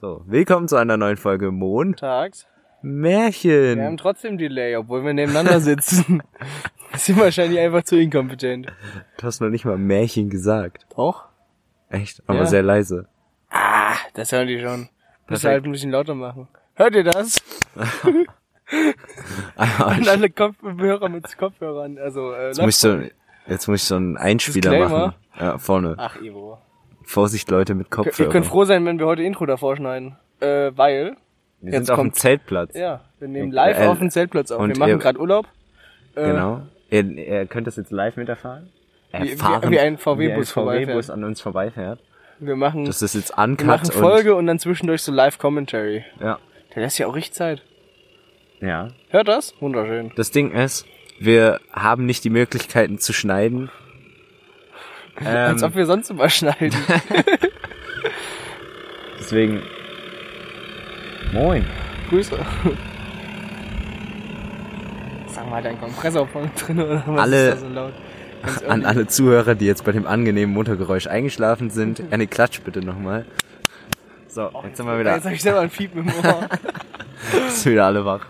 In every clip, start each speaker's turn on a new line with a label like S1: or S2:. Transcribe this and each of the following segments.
S1: So, willkommen zu einer neuen Folge Mond.
S2: Tags. Wir haben
S1: Märchen.
S2: trotzdem Delay, obwohl wir nebeneinander sitzen. Wir sind wahrscheinlich einfach zu inkompetent.
S1: Du hast noch nicht mal Märchen gesagt.
S2: Doch?
S1: Echt? Aber
S2: Ja.
S1: sehr leise.
S2: Ah, das hören die schon. Muss halt ein bisschen lauter machen. Hört ihr das? An alle Kopfhörer mit Kopfhörern. Also,
S1: Ah,
S2: äh,
S1: Jetzt muss ich so, jetzt muss ich so einen Einspieler
S2: Disclaimer.
S1: machen. Ja, vorne.
S2: Ach, Ivo.
S1: Vorsicht, Leute mit
S2: Ihr könnt
S1: Kopfhörern.
S2: froh sein, wenn wir heute Intro davor schneiden. Äh, weil,
S1: Wir
S2: jetzt
S1: sind auf dem
S2: kommt-
S1: Zeltplatz.
S2: ja, wir nehmen live
S1: Äh,
S2: auf dem Zeltplatz auf.
S1: und
S2: Wir machen
S1: ihr-
S2: gerade Urlaub. Äh,
S1: Genau. Ihr, ihr könnt das jetzt live miterfahren.
S2: wie-
S1: Erfahren,
S2: wie ein VW-Bus
S1: wie ein VW-Bus
S2: vorbeifährt.
S1: an uns vorbeifährt.
S2: Wir machen,
S1: Das
S2: wir
S1: ist jetzt uncut
S2: machen Folge und dann zwischendurch so Live-Commentary.
S1: und, ja.
S2: Der lässt ja auch richtig Zeit.
S1: Ja.
S2: Hört das? Wunderschön.
S1: Das Ding ist, wir haben nicht die Möglichkeiten zu schneiden.
S2: Als
S1: Ähm.
S2: ob wir sonst immer schneiden.
S1: Deswegen. Moin.
S2: Grüße. Sag mal, dein Kompressor vorne drin oder was
S1: Alle-
S2: ist da so laut? Ganz
S1: An
S2: irgendwie-
S1: alle Zuhörer, die jetzt bei dem angenehmen Motorgeräusch eingeschlafen sind, eine Klatsch bitte nochmal. So, jetzt sind wir wieder,
S2: Oh, Jetzt hab ich selber ein Fiepen im Ohr.
S1: jetzt sind wieder alle wach.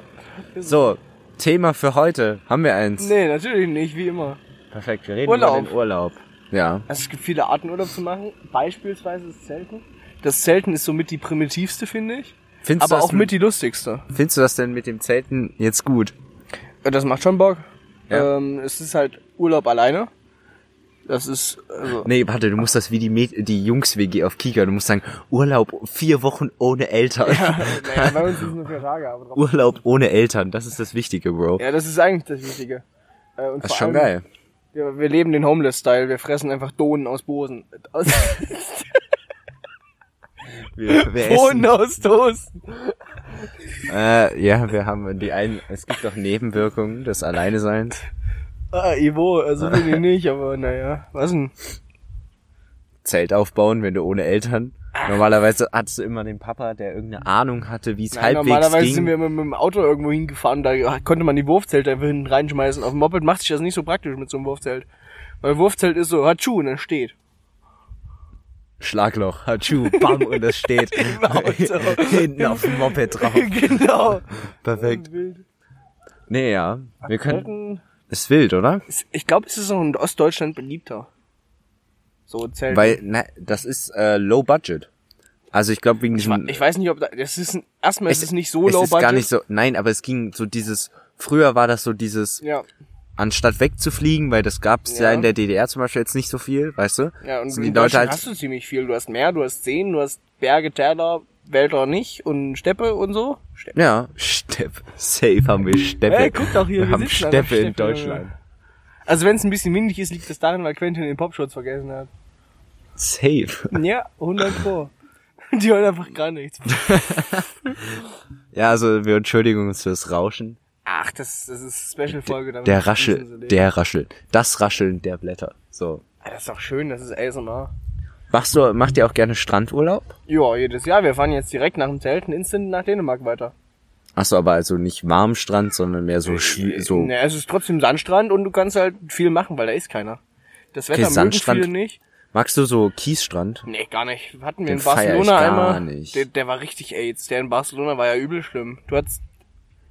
S1: So, Thema für heute. Haben wir eins?
S2: nee, natürlich nicht, wie immer.
S1: Perfekt, wir reden
S2: Urlaub.
S1: über den Urlaub. Ja.
S2: Also es gibt viele Arten Urlaub zu machen. Beispielsweise das Zelten. Das Zelten ist somit die primitivste, finde ich.
S1: Findest,
S2: aber
S1: du das,
S2: auch mit die lustigste.
S1: findest du das denn mit dem Zelten jetzt gut?
S2: Ja, Das macht schon Bock.
S1: Ja.
S2: Ähm, es ist halt Urlaub alleine. Das ist, also,
S1: Nee, warte, du musst das wie die, Mäd- die Jungs-WG auf Kika. Du musst sagen, Urlaub vier Wochen ohne Eltern.
S2: naja, bei uns sind es nur vier Tage, aber drauf.
S1: Urlaub ohne Eltern, das ist das Wichtige, Bro.
S2: Ja, das ist eigentlich das Wichtige. Äh, und
S1: das ist
S2: vor
S1: schon
S2: allem-
S1: geil.
S2: Wir, wir leben den Homeless-Style. Wir fressen einfach Donen aus Dosen. Aus
S1: Wir, wir
S2: Donen aus Dosen.
S1: Äh, ja, wir haben die einen. Es gibt auch Nebenwirkungen des Alleineseins.
S2: Ah, Ivo, also bin ich nicht, aber naja. Was denn?
S1: Zelt aufbauen, wenn du ohne Eltern. Normalerweise hattest du immer den Papa, der irgendeine Ahnung hatte, wie es
S2: Nein,
S1: halbwegs
S2: normalerweise
S1: ging.
S2: sind wir immer mit dem Auto irgendwo hingefahren. Da konnte man die Wurfzelte einfach hinten reinschmeißen. Auf dem Moped macht sich das nicht so praktisch mit so einem Wurfzelt. Weil Wurfzelt ist so, hat Schuh und dann steht.
S1: Schlagloch, Hatschu, bam, und das steht
S2: Auto.
S1: hinten auf dem Moped drauf.
S2: genau.
S1: Perfekt.
S2: Wild.
S1: Nee, ja. Wir können.
S2: Zelten
S1: Ist wild, oder?
S2: ist- Ich glaube, es ist auch in Ostdeutschland beliebter. So Zelt.
S1: Weil, na, das ist äh, low budget. Also ich glaube, wegen
S2: ich, wa-
S1: diesem
S2: ich weiß nicht, ob da, das ist ein, erstmal ist es nicht so
S1: es
S2: low
S1: ist
S2: budget.
S1: gar nicht so. Nein, aber es ging so dieses. Früher war das so dieses,
S2: ja.
S1: anstatt wegzufliegen, weil das gab's ja.
S2: Ja.
S1: in der DDR zum Beispiel jetzt nicht so viel, weißt du?
S2: Ja, und
S1: Sind die
S2: in
S1: Leute halt,
S2: Deutschland hast du ziemlich viel. Du hast Meer, du hast Seen, du hast Berge, Täler, Wälder nicht und Steppe und so. Steppe.
S1: ja, Steppe, safe haben wir Steppe.
S2: Ey, guck doch hier,
S1: wir
S2: wir
S1: haben
S2: sitzen
S1: Steppe,
S2: einfach
S1: in
S2: Steppe,
S1: Deutschland.
S2: Also wenn es ein bisschen windig ist, liegt das daran, weil Quentin den Popschutz vergessen hat.
S1: Safe.
S2: Ja, 100 Pro. Die hören einfach gar nichts.
S1: Ja, also wir entschuldigen uns fürs Rauschen.
S2: Ach, das, das ist Special-Folge. damit
S1: Der
S2: müssen sie
S1: Raschel,
S2: leben.
S1: der Raschel, das Rascheln der Blätter. So.
S2: Ah, Das ist doch schön, das ist ASMR.
S1: Machst du, macht ihr auch gerne Strandurlaub?
S2: Ja, jedes Jahr. Wir fahren jetzt direkt nach dem Zelten instant nach Dänemark weiter.
S1: Achso, aber also nicht warm Strand, sondern mehr
S2: Äh,
S1: so schwü- so.
S2: Naja, es ist trotzdem Sandstrand und du kannst halt viel machen, weil da ist keiner. Das Wetter mögen
S1: Sandstrand-
S2: viele nicht.
S1: Magst du so Kiesstrand?
S2: Nee, gar nicht. Hatten wir
S1: Den
S2: in
S1: feier ich
S2: Barcelona
S1: gar
S2: einmal.
S1: nicht.
S2: Der, der war richtig AIDS. Der in Barcelona war ja übel schlimm. Du hattest.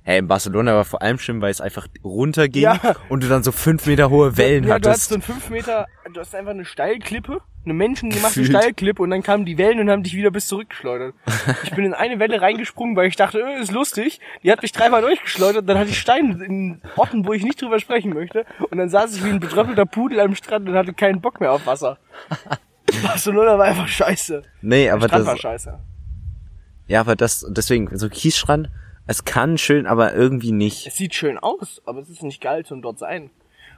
S1: Hey, in Barcelona war vor allem schlimm, weil es einfach runterging
S2: Ja.
S1: und du dann so fünf Meter hohe Wellen
S2: ja, du hattest
S1: hattest.
S2: so einen 5 Meter, du hast einfach eine Steilklippe, eine menschengemachte
S1: Gefühlt.
S2: Steilklippe und dann kamen die Wellen und haben dich wieder bis zurückgeschleudert. Ich bin in eine Welle reingesprungen, weil ich dachte, äh, ist lustig. Die hat mich dreimal durchgeschleudert, dann hatte ich Steine in Orten, wo ich nicht drüber sprechen möchte. Und dann saß ich wie ein betröppelter Pudel am Strand und hatte keinen Bock mehr auf Wasser. Barcelona war einfach scheiße.
S1: nee, aber
S2: Strand war
S1: das,
S2: scheiße.
S1: Ja, aber das, deswegen, so Kiesstrand, es kann schön, aber irgendwie nicht.
S2: es sieht schön aus, aber es ist nicht geil zum dort sein.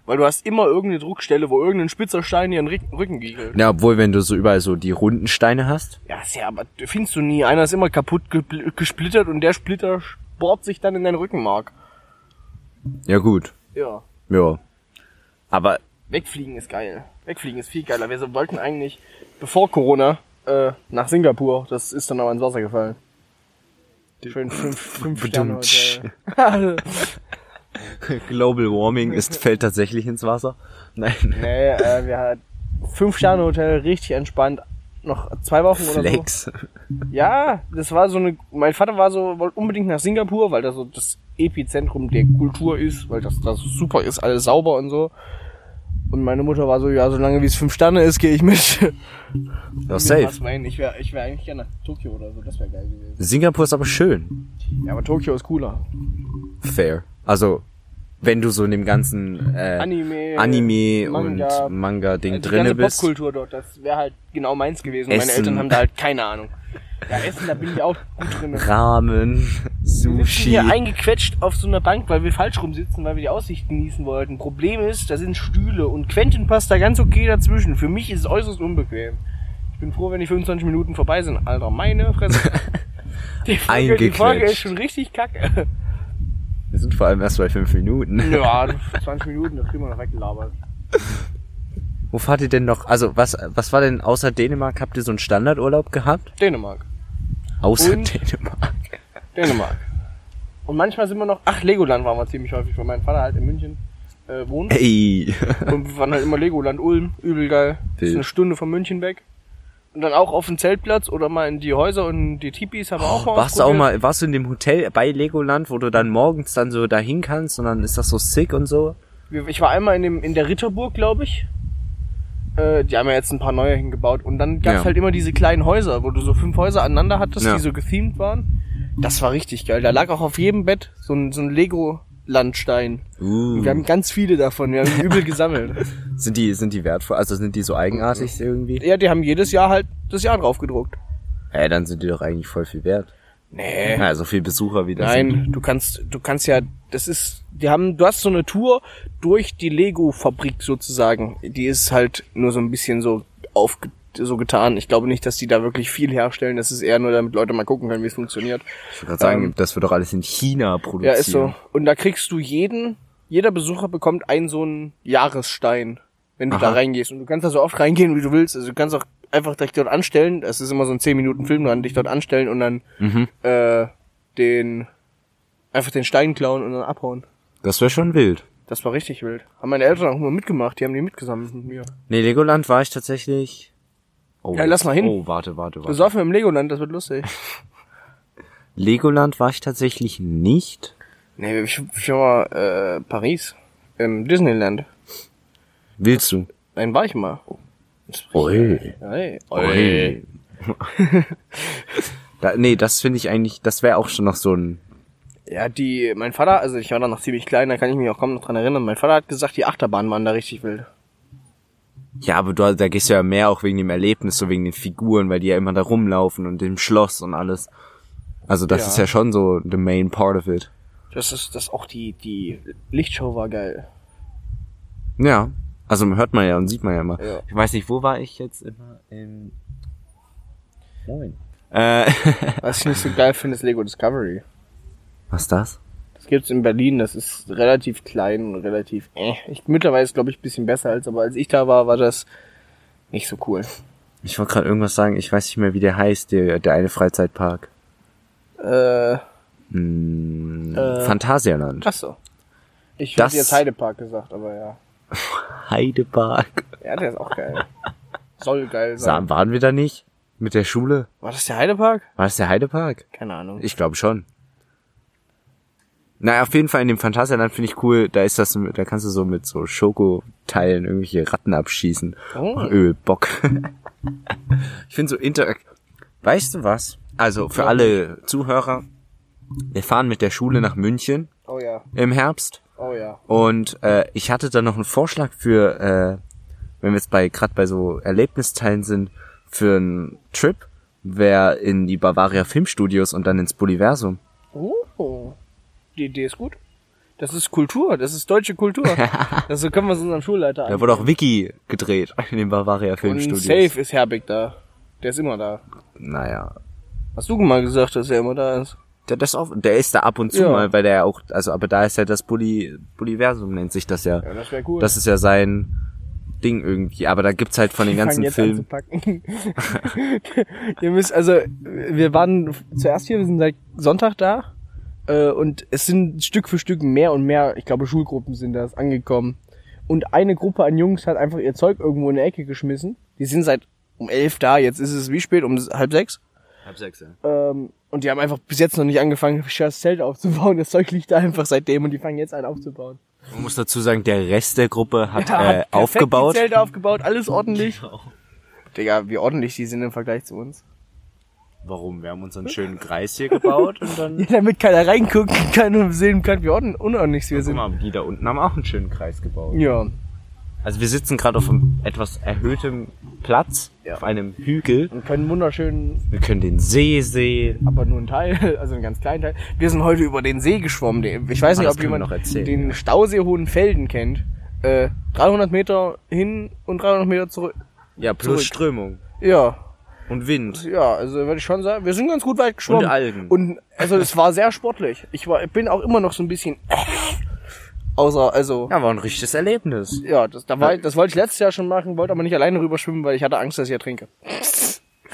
S2: Weil du hast immer irgendeine Druckstelle, wo irgendein spitzer Stein dir den Rück- Rücken giegelt.
S1: Ja, obwohl, wenn du so überall so die runden Steine hast.
S2: Ja, ist ja, aber findest du nie. Einer ist immer kaputt gebl- gesplittert und der Splitter bohrt sich dann in dein Rückenmark.
S1: Ja, gut.
S2: Ja.
S1: Ja. Aber,
S2: Wegfliegen ist geil. Wegfliegen ist viel geiler. Wir so- wollten eigentlich, bevor Corona, äh, nach Singapur. Das ist dann aber ins Wasser gefallen. Schön fünf, fünf Sterne Hotel.
S1: Global Warming ist, fällt tatsächlich ins Wasser. Nein.
S2: Nee, äh, wir hatten Fünf-Sterne-Hotel, richtig entspannt, noch zwei Wochen oder so.
S1: Flex.
S2: Ja, das war so eine. Mein Vater war so, wollte unbedingt nach Singapur, weil da so das Epizentrum der Kultur ist, weil das da so super ist, alles sauber und so. Und meine Mutter war so, ja, solange wie es fünf Sterne ist, gehe ich mit.
S1: Ja, safe.
S2: Was mein, ich wäre ich wär eigentlich gerne nach Tokio oder so, das wäre geil gewesen.
S1: Singapur ist aber schön.
S2: Ja, aber Tokio ist cooler.
S1: Fair. Also, wenn du so in dem ganzen äh,
S2: Anime,
S1: Anime
S2: Manga, Also
S1: und Manga-Ding
S2: die
S1: drinne
S2: ganze
S1: bist.
S2: Popkultur dort, das wäre halt genau meins gewesen. Meine
S1: Essen.
S2: Eltern haben da halt keine Ahnung. Ja, Essen, da bin ich auch gut drin.
S1: Ramen, Sushi.
S2: hier eingequetscht auf so einer Bank, weil wir falsch rum sitzen, weil wir die Aussicht genießen wollten. Problem ist, da sind Stühle und Quentin passt da ganz okay dazwischen. Für mich ist es äußerst unbequem. Ich bin froh, wenn die 25 Minuten vorbei sind. Alter, meine Fresse. Die Folge, die
S1: Eingequetscht.
S2: Folge ist schon richtig kacke.
S1: Wir sind vor allem erst bei fünf Minuten.
S2: Ja, 20 Minuten, das kriegen wir noch weggelabert.
S1: Wo fahrt ihr denn noch? Also, was, was war denn außer Dänemark? Habt ihr so einen Standardurlaub gehabt?
S2: Dänemark.
S1: Außer
S2: Und-
S1: Dänemark.
S2: Dänemark. Und manchmal sind wir noch, ach, Legoland waren wir ziemlich häufig, weil mein Vater halt in München äh, wohnt.
S1: Ey.
S2: Und wir waren halt immer Legoland Ulm, übel geil. Ist
S1: Wild.
S2: eine Stunde von München weg. Und dann auch auf den Zeltplatz oder mal in die Häuser und die Tipis haben wir auch mal
S1: Oh, Warst du auch
S2: ausprobiert.
S1: mal, warst du in dem Hotel bei Legoland, wo du dann morgens dann so dahin kannst und dann ist das so sick und so?
S2: Wir- Ich war einmal in, dem, in der Ritterburg, glaube ich. Äh, die haben ja jetzt ein paar neue hingebaut. Und dann gab's
S1: Ja.
S2: halt immer diese kleinen Häuser, wo du so fünf Häuser aneinander hattest,
S1: Ja.
S2: die so gethemed waren. Das war richtig geil. Da lag auch auf jedem Bett so ein, so ein Lego-Landstein.
S1: Uh.
S2: Und Wir haben ganz viele davon. Wir haben die übel gesammelt.
S1: Sind die, sind die wertvoll? Also sind die so eigenartig irgendwie?
S2: Ja, die haben jedes Jahr halt das Jahr drauf gedruckt.
S1: Ey, dann sind die doch eigentlich voll viel wert.
S2: Nee.
S1: Ja, so viel Besucher wie das sind.
S2: Äh. Nein, du kannst, du kannst ja, das ist, wir haben, du hast so eine Tour durch die Lego-Fabrik sozusagen. Die ist halt nur so ein bisschen so auf, so getan. Ich glaube nicht, dass die da wirklich viel herstellen. Das ist eher nur, damit Leute mal gucken können, wie es funktioniert.
S1: Ich würde sagen, das wird doch alles in China
S2: Ähm. Ja,
S1: produziert.
S2: ist so. Und da kriegst du jeden, jeder Besucher bekommt einen so einen Jahresstein, wenn du da
S1: Aha.
S2: reingehst. Und du kannst da so oft reingehen, wie du willst. Also du kannst auch einfach direkt dort anstellen. Es ist immer so ein 10 Minuten Film dran, dich dort anstellen und dann äh, den einfach den Stein klauen und dann abhauen.
S1: Das wäre schon wild.
S2: Das war richtig wild. Haben meine Eltern auch immer mitgemacht, die haben die mitgesammelt mit mir.
S1: Nee, Legoland war ich tatsächlich. Oh,
S2: Ja, lass mal hin.
S1: Oh, warte, warte, warte.
S2: Besoffen im Legoland, das wird lustig.
S1: Legoland war ich tatsächlich nicht.
S2: Nee, ich, ich war mal äh, Paris, im Disneyland.
S1: Willst du?
S2: Nein, war ich mal.
S1: Oi.
S2: Hey.
S1: Oi. da, nee, das finde ich eigentlich, das wäre auch schon noch so ein.
S2: Ja, die, mein Vater, also ich war da noch ziemlich klein, da kann ich mich auch kaum noch dran erinnern. Mein Vater hat gesagt, die Achterbahnen waren da richtig wild.
S1: Ja, aber du, da gehst du ja mehr auch wegen dem Erlebnis, so wegen den Figuren, weil die ja immer da rumlaufen und dem Schloss und alles. Also das
S2: Ja.
S1: ist ja schon so the main part of it.
S2: Das ist, das auch die, die Lichtshow war geil.
S1: Ja. Also hört man ja und sieht man ja immer.
S2: Ja.
S1: Ich weiß nicht, wo war ich jetzt immer? In. Moin. Äh,
S2: Was ich nicht so geil finde, ist Lego Discovery.
S1: was ist das?
S2: Das gibt's in Berlin, das ist relativ klein und relativ, äh. Ich, mittlerweile ist, glaube ich, ein bisschen besser als, aber als ich da war, war das nicht so cool.
S1: Ich wollte gerade irgendwas sagen, ich weiß nicht mehr, wie der heißt, der, der eine Freizeitpark.
S2: Äh,
S1: Hm,
S2: Äh.
S1: Phantasialand.
S2: ach so. Ich
S1: Das-
S2: hätte jetzt Heidepark gesagt, aber ja.
S1: Heidepark.
S2: Ja, der ist auch geil. Soll geil sein.
S1: Sa- Waren wir da nicht? Mit der Schule?
S2: War das der Heidepark?
S1: War das der Heidepark?
S2: Keine Ahnung.
S1: Ich glaube schon. Naja, auf jeden Fall in dem Phantasialand finde ich cool, da ist das, mit- da kannst du so mit so Schokoteilen irgendwelche Ratten abschießen.
S2: Oh.
S1: Ölbock. ich finde so interakt. Weißt du was? Also für alle Zuhörer, wir fahren mit der Schule nach München
S2: Oh ja,
S1: im Herbst
S2: oh ja.
S1: und äh, ich hatte da noch einen Vorschlag für, äh, wenn wir jetzt bei gerade bei so Erlebnisteilen sind, für einen Trip, wäre in die Bavaria Filmstudios und dann ins Boliversum.
S2: Oh, die Idee ist gut. Das ist Kultur, das ist deutsche Kultur. das so können wir es unserem Schulleiter
S1: Da
S2: an.
S1: wurde auch Wiki gedreht in den Bavaria
S2: Und
S1: Filmstudios.
S2: safe ist Herbig da. Der ist immer da.
S1: Naja.
S2: Hast du mal gesagt, dass er immer da ist?
S1: Der, das auch, der ist da ab und zu
S2: Ja.
S1: mal, weil der ja auch, also aber da ist ja das Bulli, Bulliversum nennt sich das ja.
S2: Ja, das wäre cool.
S1: Das ist ja sein Ding irgendwie, aber da gibt's halt von den
S2: Wir
S1: ganzen
S2: fangen jetzt
S1: Filmen.
S2: an zu packen. Ihr müsst, also, wir waren zuerst hier, wir sind seit Sonntag da. Äh, und es sind Stück für Stück mehr und mehr, ich glaube, Schulgruppen sind das angekommen. Und eine Gruppe an Jungs hat einfach ihr Zeug irgendwo in die Ecke geschmissen. Die sind seit um elf da. Jetzt ist es wie spät? Um s- halb sechs?
S1: Halb sechs, ja.
S2: Ähm, und die haben einfach bis jetzt noch nicht angefangen, das Zelt aufzubauen. Das Zeug liegt da einfach seitdem und die fangen jetzt an aufzubauen.
S1: Man muss dazu sagen, der Rest der Gruppe hat
S2: Da
S1: äh,
S2: hat perfekt
S1: aufgebaut.
S2: Die Zelte aufgebaut, alles ordentlich. Digga, wie ordentlich die sind im Vergleich zu uns.
S1: Warum? Wir haben uns einen schönen Kreis hier gebaut und dann.
S2: Ja, damit keiner reingucken kann und sehen kann, wie ordn- unordentlich wir
S1: Guck
S2: sind.
S1: mal, die da unten haben auch einen schönen Kreis gebaut.
S2: Ja.
S1: Also wir sitzen gerade auf einem etwas erhöhtem Platz,
S2: Ja.
S1: auf einem Hügel.
S2: Und können wunderschön,
S1: Wir können den See sehen.
S2: aber nur einen Teil, also einen ganz kleinen Teil. Wir sind heute über den See geschwommen. den- Ich weiß
S1: Ah,
S2: nicht,
S1: das
S2: ob
S1: können wir
S2: jemand
S1: noch erzählen,
S2: den Stausee Hohenfelden kennt. Äh, 300 Meter hin und 300 Meter zurück.
S1: Ja, plus
S2: Zurück.
S1: Strömung
S2: Ja,
S1: und Wind.
S2: Ja, also würde ich schon sagen, wir sind ganz gut weit geschwommen.
S1: Und Algen.
S2: Und also es war sehr sportlich. Ich war, ich bin auch immer noch so ein bisschen außer, also
S1: Ja, war ein richtiges Erlebnis.
S2: ja, das, da war, ich- das wollte ich letztes Jahr schon machen, wollte aber nicht alleine rüber schwimmen, weil ich hatte Angst, dass ich ertrinke.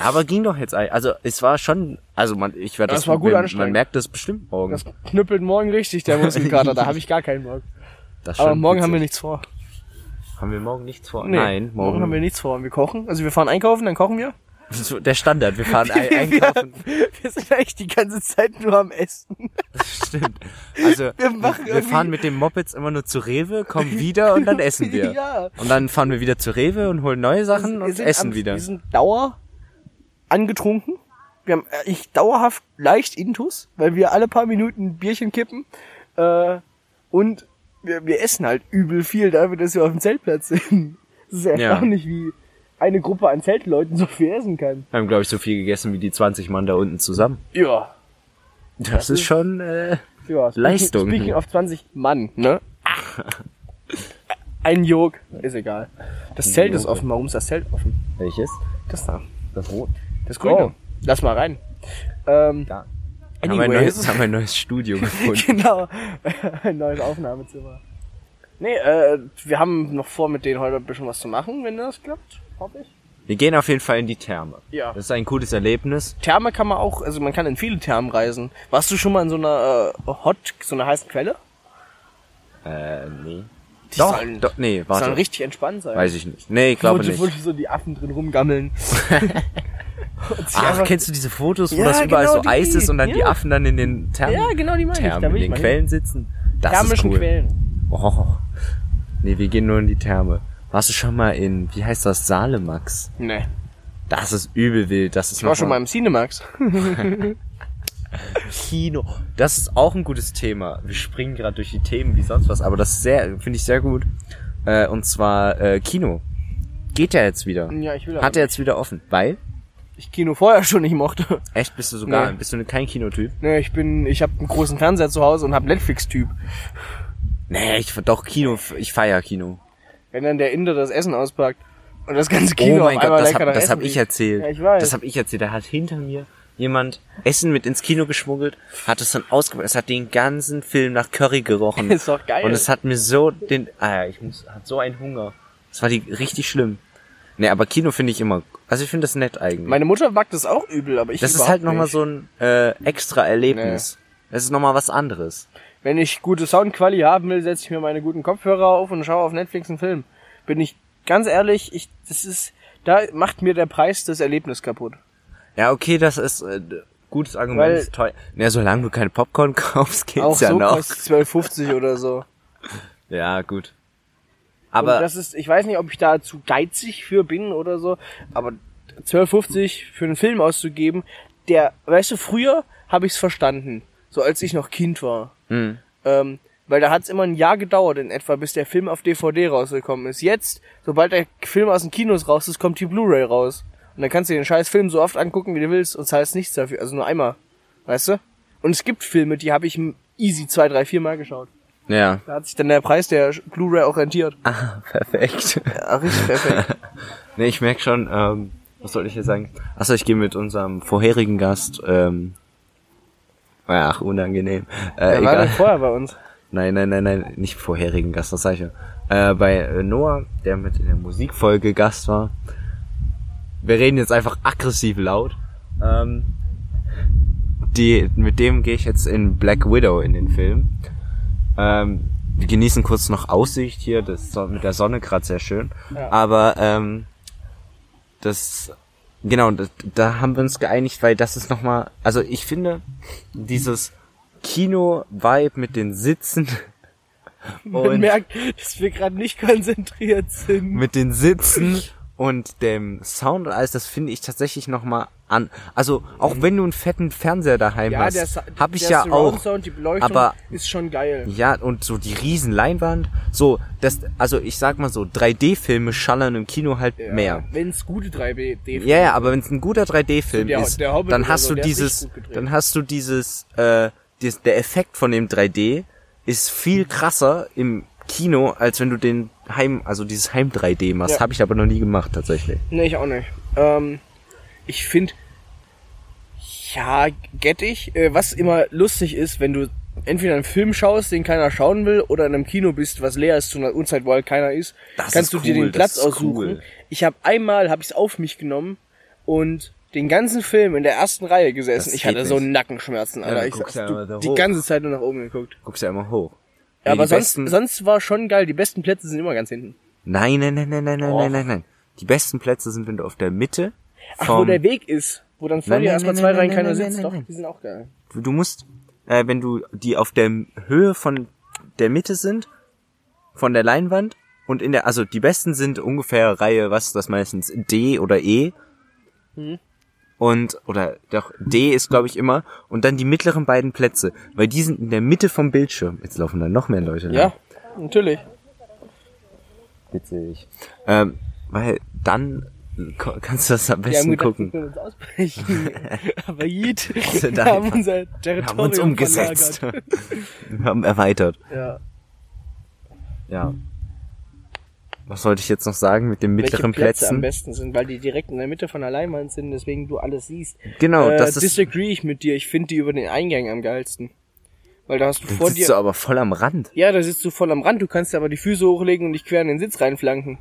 S1: Aber ging doch jetzt ein. Also es war schon, also man, ich werde
S2: Das
S1: das,
S2: war gut
S1: man,
S2: anstrengend.
S1: Man merkt das bestimmt morgen.
S2: Das knüppelt morgen richtig, der Muskelkater. da habe ich gar keinen Bock.
S1: Das ist
S2: Aber
S1: schon
S2: morgen haben wir
S1: witzig.
S2: nichts vor.
S1: Haben wir morgen nichts vor?
S2: Nee,
S1: Nein, morgen.
S2: morgen haben wir nichts vor. Wir kochen, also wir fahren einkaufen, dann kochen wir.
S1: So, Der Standard. Wir fahren ein- einkaufen.
S2: Wir, wir sind eigentlich die ganze Zeit nur am Essen.
S1: Stimmt. Also
S2: Wir
S1: wir,
S2: machen
S1: wir
S2: irgendwie-
S1: fahren mit dem Mopeds immer nur zu Rewe, kommen wieder und dann essen wir.
S2: Ja.
S1: Und dann fahren wir wieder zu Rewe und holen neue Sachen
S2: Wir
S1: und
S2: sind
S1: essen
S2: am-
S1: wieder.
S2: Wir sind dauer angetrunken. Wir haben äh, ich dauerhaft leicht Intus, weil wir alle paar Minuten ein Bierchen kippen. Äh, und wir, wir essen halt übel viel dafür, dass wir auf dem Zeltplatz sind. Es ist ja
S1: Ja.
S2: erstaunlich, wie eine Gruppe an Zeltleuten so viel essen kann.
S1: Wir haben, glaube ich, so viel gegessen wie die 20 Mann da unten zusammen.
S2: Ja.
S1: Das, ist schon... Äh,
S2: ja speaking-
S1: Leistung.
S2: Speaking of 20 Mann, ne? Ein Jog, ist egal. Das Zelt ist
S1: Joke.
S2: offen. Warum ist das Zelt offen?
S1: welches?
S2: Das da.
S1: Das Rot.
S2: Das Grüne.
S1: Ah. Oh.
S2: Lass mal rein. Ähm,
S1: Da. Haben wir, ein neues,
S2: anyways.
S1: haben wir ein neues Studio gefunden.
S2: genau. Ein neues Aufnahmezimmer. Nee, äh, wir haben noch vor, mit denen heute ein bisschen was zu machen, wenn das klappt, hoffe ich.
S1: Wir gehen auf jeden Fall in die Therme.
S2: Ja.
S1: Das ist ein cooles Erlebnis.
S2: Therme kann man auch, also man kann in viele Thermen reisen. Warst du schon mal in so einer äh, Hot, so einer heißen Quelle?
S1: Äh, nee.
S2: Die
S1: Doch,
S2: sollen,
S1: doch, nee,
S2: sollen
S1: warte.
S2: richtig entspannt sein.
S1: Weiß ich nicht. Nee, ich glaube
S2: wo,
S1: nicht.
S2: Wo so die Affen drin rumgammeln. Und sich
S1: Ach,
S2: einfach-
S1: kennst du diese Fotos, wo
S2: Ja,
S1: das überall
S2: genau
S1: so Eis
S2: die.
S1: ist und dann die
S2: Ja.
S1: Affen dann in den Thermen,
S2: Ja, genau, die meine ich. Da
S1: Thermen in
S2: will ich
S1: den
S2: mal hin.
S1: Quellen sitzen? Das ist
S2: thermischen
S1: cool.
S2: Quellen.
S1: Oh, nee, wir gehen nur in die Therme. Warst du schon mal in, wie heißt das, Salemax?
S2: Nee.
S1: Das ist übel wild. Das ist
S2: Ich war schon mal im Cinemax.
S1: Kino. Das ist auch ein gutes Thema. Wir springen gerade durch die Themen wie sonst was, aber das ist sehr, finde ich sehr gut. Äh, und zwar äh, Kino. Geht ja jetzt wieder.
S2: Ja, ich will aber
S1: Hat er jetzt wieder offen? Weil?
S2: Ich Kino vorher schon nicht mochte.
S1: Echt, bist du sogar,
S2: Nee.
S1: bist du kein Kinotyp?
S2: Ne, ich bin, ich habe einen großen Fernseher zu Hause und hab Netflix-Typ.
S1: Nee, ich doch Kino, ich feier Kino.
S2: Wenn dann der Inder das Essen auspackt und das ganze Kino
S1: oh mein
S2: auf
S1: Gott,
S2: einmal
S1: das
S2: lecker
S1: habe
S2: nach
S1: das
S2: Essen
S1: hab ich
S2: riecht.
S1: erzählt.
S2: Ja, ich weiß.
S1: Das habe ich erzählt. Da hat hinter mir jemand Essen mit ins Kino geschmuggelt, hat es dann ausgepackt. Es hat den ganzen Film nach Curry gerochen.
S2: Ist doch geil.
S1: Und es hat mir so den, ah ja, ich muss, hat so einen Hunger. Das war die richtig schlimm. Nee, aber Kino finde ich immer, also ich finde das nett eigentlich.
S2: Meine Mutter mag das auch übel, aber ich
S1: das ist
S2: überhaupt
S1: halt nochmal
S2: nicht.
S1: so ein äh, extra Erlebnis. Das ist nochmal was anderes.
S2: Wenn ich gute Soundquali haben will, setze ich mir meine guten Kopfhörer auf und schaue auf Netflix einen Film. Bin ich ganz ehrlich, ich, das ist, da macht mir der Preis das Erlebnis kaputt.
S1: Ja, okay, das ist äh, gutes Argument.
S2: Weil-
S1: ist teuer. Na, solange du keine Popcorn kaufst, geht's
S2: auch
S1: ja
S2: so
S1: noch.
S2: kostet 12,50 oder so.
S1: Ja, gut.
S2: Aber
S1: Aber
S2: und das ist, ich weiß nicht, ob ich da zu geizig für bin oder so, aber 12,50 für einen Film auszugeben, der, weißt du, früher habe ich es verstanden, so als ich noch Kind war. Ähm, weil da hat es immer ein Jahr gedauert in etwa, bis der Film auf DVD rausgekommen ist. Jetzt, sobald der Film aus den Kinos raus ist, kommt die Blu-ray raus. Und dann kannst du den scheiß Film so oft angucken, wie du willst und zahlst nichts dafür. Also nur einmal. Weißt du? Und es gibt Filme, die habe ich easy zwei, drei, vier Mal geschaut.
S1: ja.
S2: Da hat sich dann der Preis der Blu-ray auch rentiert.
S1: Ah, perfekt.
S2: Ja, richtig perfekt.
S1: Nee, ich merk schon, ähm, was soll ich hier sagen? Achso, ich gehe mit unserem vorherigen Gast, ähm, ach, unangenehm. Äh,
S2: Er war
S1: egal.
S2: denn vorher bei uns.
S1: Nein, nein, nein, nein, nicht vorherigen Gast, das sag ich ja. Äh, bei äh, Noah, der mit in der Musikfolge Gast war. Wir reden jetzt einfach aggressiv laut. Ähm, die, mit dem gehe ich jetzt in Black Widow in den Film. Ähm, wir genießen kurz noch Aussicht hier, das ist so- mit der Sonne gerade sehr schön.
S2: Ja.
S1: Aber ähm, das, genau, da, da haben wir uns geeinigt, weil das ist nochmal, also ich finde, dieses Kino-Vibe mit den Sitzen
S2: Man
S1: und
S2: merkt, dass wir gerade nicht konzentriert sind.
S1: mit den Sitzen und dem Sound und alles, das finde ich tatsächlich nochmal an. Also, auch wenn du einen fetten Fernseher daheim hast,
S2: Sa-
S1: habe ich
S2: der
S1: ja
S2: Surround
S1: auch.
S2: Sound, die Beleuchtung
S1: aber-
S2: ist schon geil.
S1: Ja, und so die riesen Leinwand, so, das, also ich sag mal so, 3D-Filme schallern im Kino halt mehr.
S2: Wenn es gute 3D
S1: Ja, ja, aber wenn es ein guter 3D-Film
S2: der-
S1: ist,
S2: der Hobbit
S1: dann
S2: oder
S1: hast
S2: so,
S1: du
S2: der ist
S1: dieses,
S2: richtig gut gedreht.
S1: dann hast du dieses, äh, dies, der Effekt von dem 3D ist
S2: Mhm.
S1: viel krasser im Kino, als wenn du den Heim, also dieses Heim 3D machst.
S2: Ja.
S1: Habe ich aber noch nie gemacht tatsächlich.
S2: Nee, ich auch nicht. Ähm, ich finde, ja, get ich, äh, was immer lustig ist, wenn du entweder einen Film schaust, den keiner schauen will, oder in einem Kino bist, was leer ist zu einer Uhrzeit, wo halt keiner ist,
S1: Das ist
S2: kannst du dir
S1: cool,
S2: den
S1: das
S2: Platz
S1: ist
S2: aussuchen.
S1: cool.
S2: Ich habe einmal, habe ich es auf mich genommen und den ganzen Film in der ersten Reihe gesessen.
S1: Das
S2: ich hatte
S1: geht
S2: so
S1: nicht.
S2: Nackenschmerzen, Alter.
S1: dann
S2: ich
S1: guckst
S2: saß
S1: du ja immer
S2: du
S1: so
S2: die
S1: hoch.
S2: ganze Zeit nur nach oben geguckt.
S1: Guckst ja immer hoch. Nee,
S2: Ja, aber
S1: die
S2: sonst,
S1: besten-
S2: sonst war schon geil. Die besten Plätze sind immer ganz hinten.
S1: Nein, nein, nein, nein, nein, nein,
S2: Och.
S1: nein, nein, nein. Die besten Plätze sind, wenn du auf der Mitte
S2: Ach, wo
S1: vom-
S2: der Weg ist, wo dann vor
S1: Nein,
S2: dir
S1: nein,
S2: erstmal
S1: nein,
S2: zwei
S1: nein,
S2: Reihen
S1: nein,
S2: keiner
S1: nein,
S2: sitzt.
S1: nein,
S2: Doch,
S1: nein.
S2: die sind auch geil.
S1: Du- du musst, äh, wenn du die auf der M- Höhe von der Mitte sind, von der Leinwand und in der, also die besten sind ungefähr Reihe, was ist das meistens D oder E.
S2: Hm.
S1: Und, oder doch, D ist, glaube ich, immer. Und dann die mittleren beiden Plätze, weil die sind in der Mitte vom Bildschirm. Jetzt laufen da noch mehr Leute lang.
S2: Ja, natürlich.
S1: Witzig. Ähm, weil dann ko- kannst du das am besten gucken.
S2: wir uns ausbrechen. Aber Jid,
S1: sind
S2: wir haben
S1: einfach-
S2: unser
S1: Wir
S2: Territorium
S1: haben uns umgesetzt.
S2: verlagert.
S1: Wir haben erweitert.
S2: Ja.
S1: Ja. Was sollte ich jetzt noch sagen mit den
S2: Welche
S1: mittleren
S2: Plätze am
S1: Plätzen?
S2: besten sind, weil die direkt in der Mitte von der Leinwand sind, deswegen du alles siehst.
S1: Genau,
S2: äh,
S1: das ist.
S2: Disagree ich mit dir, ich finde die über den Eingang am geilsten. Weil da hast du vor
S1: Dann sitzt du
S2: dir...
S1: aber voll am Rand.
S2: Ja, da sitzt du voll am Rand, du kannst dir aber die Füße hochlegen und dich quer in den Sitz reinflanken.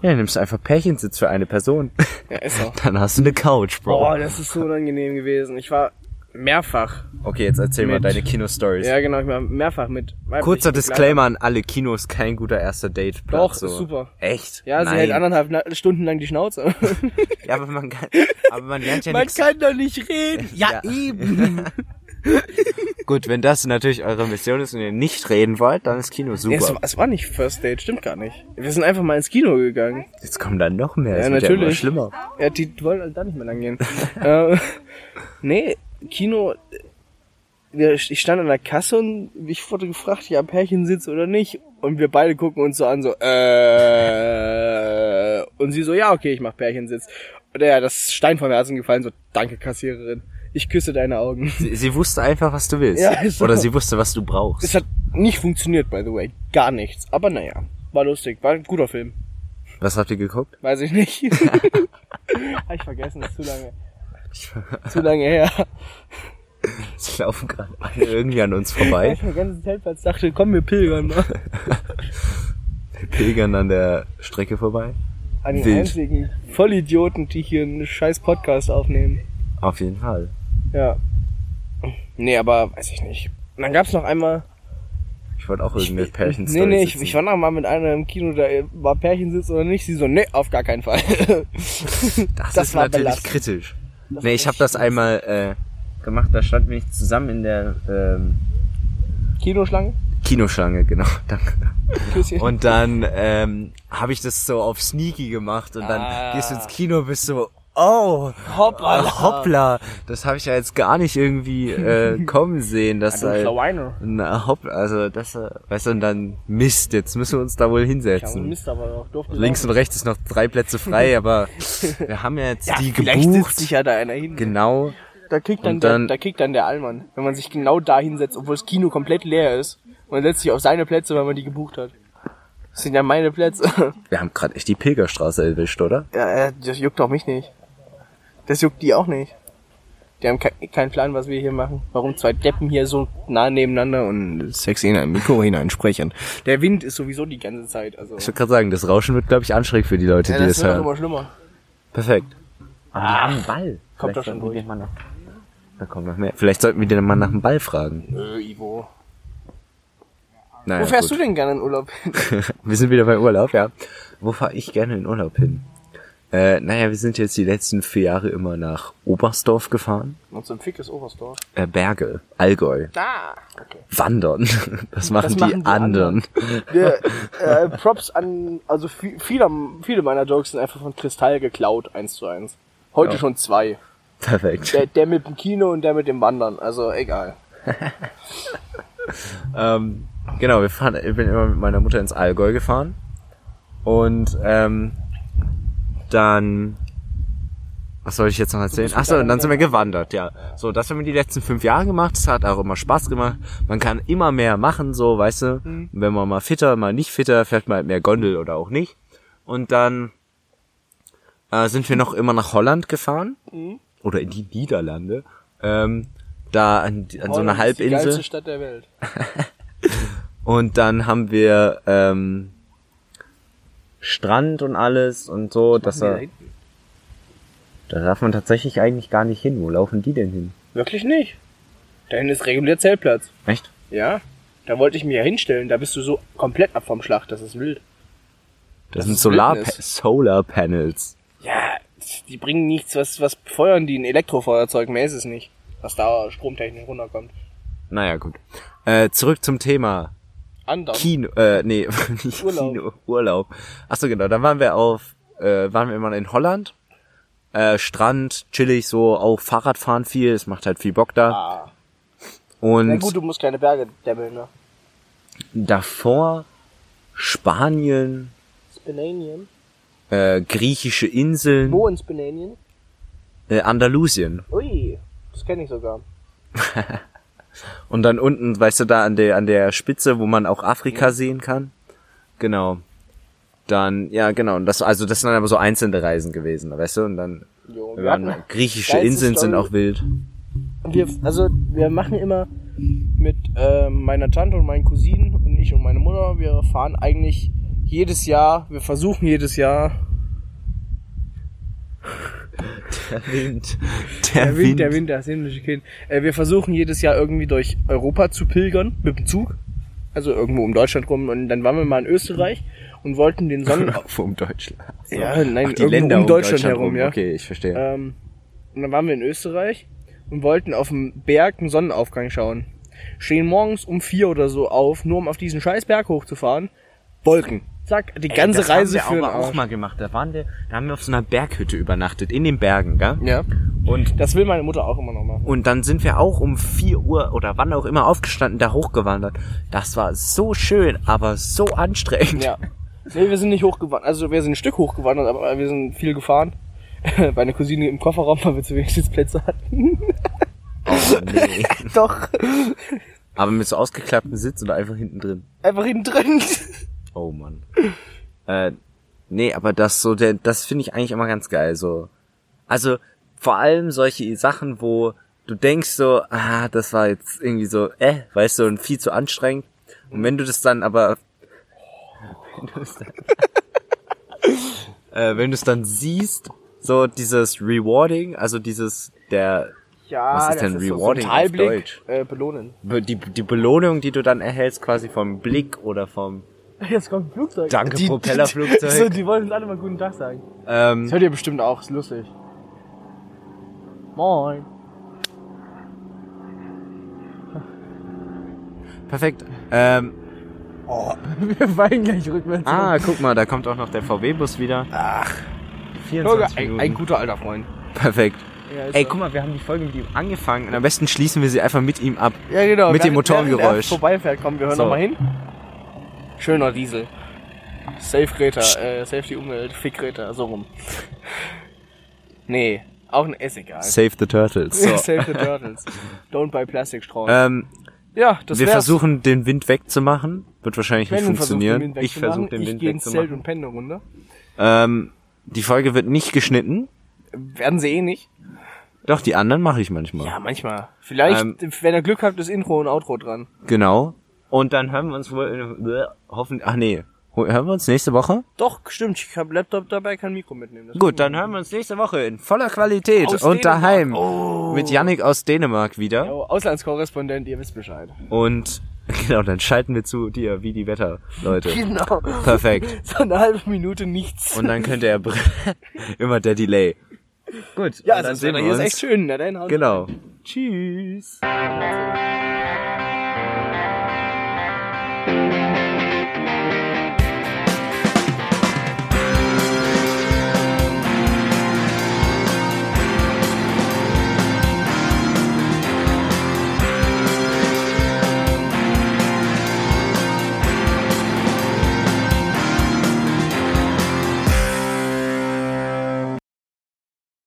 S1: Ja, dann nimmst du einfach Pärchensitz für eine Person.
S2: Ja, ist auch.
S1: Dann hast du eine Couch, Bro.
S2: Boah, das ist so unangenehm gewesen. Ich war mehrfach
S1: Okay, jetzt erzähl mal
S2: Mit-
S1: deine Kino-Stories.
S2: Ja, genau, ich war mehrfach mit. weiblichen
S1: Kurzer
S2: Begleitern.
S1: Disclaimer an alle Kinos, kein guter erster Dateplatz.
S2: Doch, ist
S1: so.
S2: super.
S1: Echt?
S2: Ja, sie
S1: Nein.
S2: hält anderthalb Na- Stunden lang die Schnauze.
S1: Ja, aber man kann, aber man lernt ja
S2: Man
S1: nichts.
S2: kann doch nicht reden. Ja,
S1: Ja.
S2: eben.
S1: Gut, wenn das natürlich eure Mission ist und ihr nicht reden wollt, dann ist Kino super.
S2: Es, war- es war nicht First Date, stimmt gar nicht. Wir sind einfach mal ins Kino gegangen.
S1: Jetzt kommen dann noch mehr.
S2: Ja,
S1: das wird Ja immer
S2: natürlich.
S1: schlimmer.
S2: Ja, die wollen halt da nicht mehr lang gehen. äh, nee, Kino. äh, wir- Ich stand an der Kasse und ich wurde gefragt, ja, Pärchensitz oder nicht. Und wir beide gucken uns so an, so, äh. Und sie so, ja, okay, ich mach Pärchensitz. Und ja, das ist Stein vom Herzen gefallen, so, danke, Kassiererin. Ich küsse deine Augen.
S1: Sie, sie wusste einfach, was du willst.
S2: Ja, ist so.
S1: Oder sie wusste, was du brauchst.
S2: Es hat nicht funktioniert, by the way. Gar nichts. Aber naja, war lustig, war ein guter Film.
S1: Was habt ihr geguckt?
S2: Weiß ich nicht. Hab ich vergessen, ist zu lange. Zu lange her.
S1: Sie laufen gerade alle irgendwie an uns
S2: Weil
S1: vorbei.
S2: ich den ganzen Zeltplatz dachte, komm, wir pilgern mal.
S1: Wir pilgern an der Strecke vorbei.
S2: An den
S1: Wild.
S2: einzigen Vollidioten, die hier einen scheiß Podcast aufnehmen.
S1: Auf jeden Fall.
S2: Ja. Nee, aber weiß ich nicht. Und dann gab's noch einmal.
S1: Ich wollte auch irgendeine pärchen
S2: Nee, nee, ich, ich war noch mal mit einer im Kino, da war Pärchensitz oder nicht. Sie so, nee, auf gar keinen Fall.
S1: Das,
S2: das
S1: ist
S2: war
S1: natürlich
S2: belastend.
S1: kritisch.
S2: war
S1: nee, ich habe
S2: echt
S1: das einmal äh, gemacht. Da standen wir nicht zusammen in der ähm,
S2: Kinoschlange?
S1: Kinoschlange, genau. Danke.
S2: Küsschen.
S1: Und dann ähm, habe ich das so auf Sneaky gemacht und dann
S2: Ah.
S1: gehst du ins Kino, bist so, oh,
S2: Hoppala.
S1: ah, hoppla. Das habe ich ja jetzt gar nicht irgendwie äh, kommen sehen. Dass
S2: Du
S1: halt,
S2: kleiner Ah, Weiner.
S1: na, hopp, also das, äh, weißt du, und dann Mist, jetzt müssen wir uns da wohl
S2: Ja,
S1: hinsetzen.
S2: Mist, aber auch durfte
S1: Links und rechts ist noch drei Plätze frei, aber wir haben ja jetzt
S2: ja,
S1: die
S2: vielleicht
S1: gebucht.
S2: sitzt sich ja da einer hin.
S1: Genau.
S2: Da kriegt dann,
S1: Und dann-
S2: der, da kriegt dann der Allmann, wenn man sich genau da hinsetzt, obwohl das Kino komplett leer ist. Man setzt sich auf seine Plätze, weil man die gebucht hat. Das sind ja meine Plätze.
S1: Wir haben gerade echt die Pilgerstraße erwischt, oder?
S2: ja, äh, das juckt auch mich nicht. Das juckt die auch nicht. Die haben ke keinen Plan, was wir hier machen. Warum zwei Deppen hier so nah nebeneinander und sexy in ein Mikro hineinsprechen. Der Wind ist sowieso die ganze Zeit. Also,
S1: Ich würde gerade sagen, das Rauschen wird, glaube ich, anstrengend für die Leute,
S2: ja,
S1: die
S2: das
S1: das halt.
S2: wird auch
S1: hören.
S2: immer schlimmer.
S1: Perfekt. Aber die haben einen Ball.
S2: Kommt doch
S1: Vielleicht
S2: schon
S1: sollten wir
S2: durch.
S1: den mal nach- Da kommt noch mehr. Vielleicht sollten wir den mal nach dem Ball fragen.
S2: Nö, Ivo.
S1: Naja,
S2: Wo fährst du denn gerne in Urlaub?
S1: Wir sind wieder bei Urlaub, ja. Wo fahre ich gerne in Urlaub hin? Äh, naja, wir sind jetzt die letzten vier Jahre immer nach Oberstdorf gefahren.
S2: Und so ein Fick ist Oberstdorf.
S1: Äh, Berge, Allgäu,
S2: Da! Okay.
S1: Wandern. Das machen,
S2: machen die
S1: die, anderen.
S2: Der, äh, Props an, also vi- viele, viele meiner Jokes sind einfach von Kristall geklaut, eins zu eins. Heute
S1: Ja.
S2: schon zwei.
S1: Perfekt.
S2: Der, der mit dem Kino und der mit dem Wandern, also egal.
S1: Ähm, genau, wir fahren, ich bin immer mit meiner Mutter ins Allgäu gefahren. Und ähm, dann. Was soll ich jetzt noch erzählen? Ach so, und dann sind wir gewandert, ja. So, das haben wir die letzten fünf Jahre gemacht. Das hat auch immer Spaß gemacht. Man kann immer mehr machen, so, weißt du.
S2: Mhm.
S1: Wenn man mal fitter, mal nicht fitter, fährt man halt mehr Gondel oder auch nicht. Und dann äh, sind wir noch immer nach Holland gefahren.
S2: Mhm.
S1: Oder in die Niederlande. Ähm, da an, an so einer
S2: Holland ist Die
S1: Halbinsel.
S2: geilste Stadt der Welt.
S1: Und dann haben wir ähm, Strand und alles und so. Dass
S2: Nee, da
S1: er,
S2: hinten.
S1: da darf man tatsächlich eigentlich gar nicht hin. Wo laufen die denn hin?
S2: Wirklich nicht. Da hinten ist regulär Zeltplatz.
S1: Echt?
S2: Ja. Da wollte ich mich ja hinstellen, da bist du so komplett ab vom Schlacht, das ist wild.
S1: Das,
S2: Das
S1: sind
S2: ist
S1: Solar,
S2: Wildnis.
S1: Solar Panels.
S2: Ja, die bringen nichts, was, was feuern die ein Elektrofeuerzeug, mehr ist es nicht. Was da stromtechnisch runterkommt.
S1: Naja, gut. Äh, zurück zum Thema
S2: Andern.
S1: Kino. Äh, nee, nicht
S2: Urlaub.
S1: Kino, Urlaub. Achso, genau. Dann waren wir auf, äh, waren wir immer in Holland. Äh, Strand, chillig, so auch Fahrradfahren viel. Es macht halt viel Bock da.
S2: Ah.
S1: Und
S2: Na gut, du musst kleine Berge dämmeln, ne?
S1: davor Spanien,
S2: Spanien.
S1: äh, griechische Inseln.
S2: Wo in Spanien?
S1: äh, Andalusien.
S2: Ui, das kenne ich sogar.
S1: Und dann unten, weißt du, da an der, an der Spitze, wo man auch Afrika sehen kann. Genau. Dann, ja, genau. Und das, also das sind dann aber so einzelne Reisen gewesen, weißt du? Und dann
S2: Jo, wir
S1: waren,
S2: hatten-
S1: griechische
S2: geilste
S1: Inseln sind
S2: Story.
S1: auch wild.
S2: wir, also wir machen immer mit ähm, meiner Tante und meinen Cousinen und ich und meine Mutter, wir fahren eigentlich jedes Jahr, wir versuchen jedes Jahr,
S1: Der Wind.
S2: der Wind, der Wind, das himmlische Kind, äh, wir versuchen jedes Jahr irgendwie durch Europa zu pilgern mit dem Zug, also irgendwo um Deutschland rum und dann waren wir mal in Österreich und wollten den Sonnen...
S1: Um Deutschland. So.
S2: ja, nein,
S1: Ach, die
S2: irgendwo
S1: Länder
S2: um Deutschland, herum, ja.
S1: Okay, ich verstehe.
S2: Ähm, und dann waren wir in Österreich und wollten auf dem Berg einen Sonnenaufgang schauen. Stehen morgens um vier oder so auf, nur um auf diesen scheiß Berg hochzufahren. Wolken. Zack, die ganze
S1: das
S2: Reise
S1: haben
S2: für
S1: wir
S2: den
S1: aber auch
S2: Arsch.
S1: mal gemacht. Da waren wir, da haben wir auf so einer Berghütte übernachtet, in den Bergen, gell?
S2: Ja.
S1: Und
S2: Das will meine Mutter auch immer noch machen.
S1: Und dann sind wir auch um 4 Uhr oder wann auch immer aufgestanden, da hochgewandert. Das war so schön, aber so anstrengend.
S2: Ja. Nee, wir sind nicht hochgewandert. Also wir sind ein Stück hochgewandert, aber wir sind viel gefahren. Meine Cousine im Kofferraum, weil wir zu wenig Sitzplätze hatten.
S1: Nee.
S2: Doch.
S1: aber mit so ausgeklapptem Sitz oder einfach hinten drin.
S2: Einfach hinten drin.
S1: Oh Mann. Äh, nee, aber das so, der, das finde ich eigentlich immer ganz geil. So. Also vor allem solche Sachen, wo du denkst so, ah, das war jetzt irgendwie so, äh, weißt du, und viel zu anstrengend. Und wenn du das dann aber. Wenn du es dann, äh, wenn du es dann siehst, so dieses Rewarding, also dieses, der
S2: Ja,
S1: Was ist denn
S2: so-
S1: rewarding
S2: so
S1: auf
S2: ein Talblick,
S1: Deutsch?
S2: Äh, belohnen.
S1: Be- die, die Belohnung, die du dann erhältst, quasi vom Blick oder vom
S2: Jetzt kommt ein Flugzeug.
S1: Danke,
S2: Die- die-
S1: Propellerflugzeug.
S2: So, die wollen uns alle mal guten Tag sagen.
S1: ähm,
S2: Das hört ihr bestimmt auch, ist lustig. Moin.
S1: perfekt. Ähm,
S2: Wir fallen gleich rückwärts.
S1: ah, guck mal, da kommt auch noch der VW-Bus wieder. Ach. 24
S2: ein,
S1: Minuten.
S2: ein guter alter Freund.
S1: Perfekt.
S2: Ja, ist
S1: Ey,
S2: so.
S1: guck mal, wir haben die Folge mit ihm angefangen und am besten schließen wir sie einfach mit ihm ab.
S2: Ja, genau.
S1: Mit dem
S2: Während-
S1: Motorengeräusch.
S2: während er vorbeifährt, komm, wir hören
S1: So.
S2: noch nochmal hin. Schöner Diesel. Safe Greta, äh, safe die Umwelt, fick Greta, so rum. Nee, auch ein ist egal.
S1: Save the Turtles. So.
S2: Save the Turtles. Don't buy plastic straws.
S1: ähm,
S2: ja, das
S1: wir
S2: wär's.
S1: versuchen den Wind wegzumachen. Wird wahrscheinlich
S2: Wenn
S1: nicht
S2: du versuchst, den
S1: funktionieren.
S2: Wind
S1: Ich
S2: wegzumachen,
S1: versuche den
S2: Ich
S1: Wind
S2: gehe ins Zelt
S1: wegzumachen.
S2: und penne eine Runde.
S1: Ähm, die Folge wird nicht geschnitten.
S2: Werden sie eh nicht.
S1: Doch, die anderen mache ich manchmal.
S2: Ja, manchmal. Vielleicht,
S1: Ähm,
S2: wenn ihr Glück habt, ist Intro und Outro dran.
S1: Genau. Und dann hören wir uns wohl in, bleh, hoffentlich. Ach nee. Ho- Hören wir uns nächste Woche?
S2: Doch, stimmt. Ich habe Laptop dabei, kann Mikro mitnehmen. Das
S1: Gut, dann hören wir uns nächste Woche in voller Qualität
S2: Aus
S1: und
S2: Dänemark.
S1: daheim mit Yannick aus Dänemark wieder.
S2: Oh, Auslandskorrespondent, ihr wisst Bescheid.
S1: Und Genau, dann schalten wir zu dir, wie die Wetter, Leute.
S2: Genau.
S1: Perfekt.
S2: So eine halbe Minute nichts.
S1: Und dann könnte er br- immer der Delay. also Gut,
S2: ja, also,
S1: und
S2: das ist echt schön. Na, dann haut
S1: Genau.
S2: ne, Tschüss.
S1: Tschüss.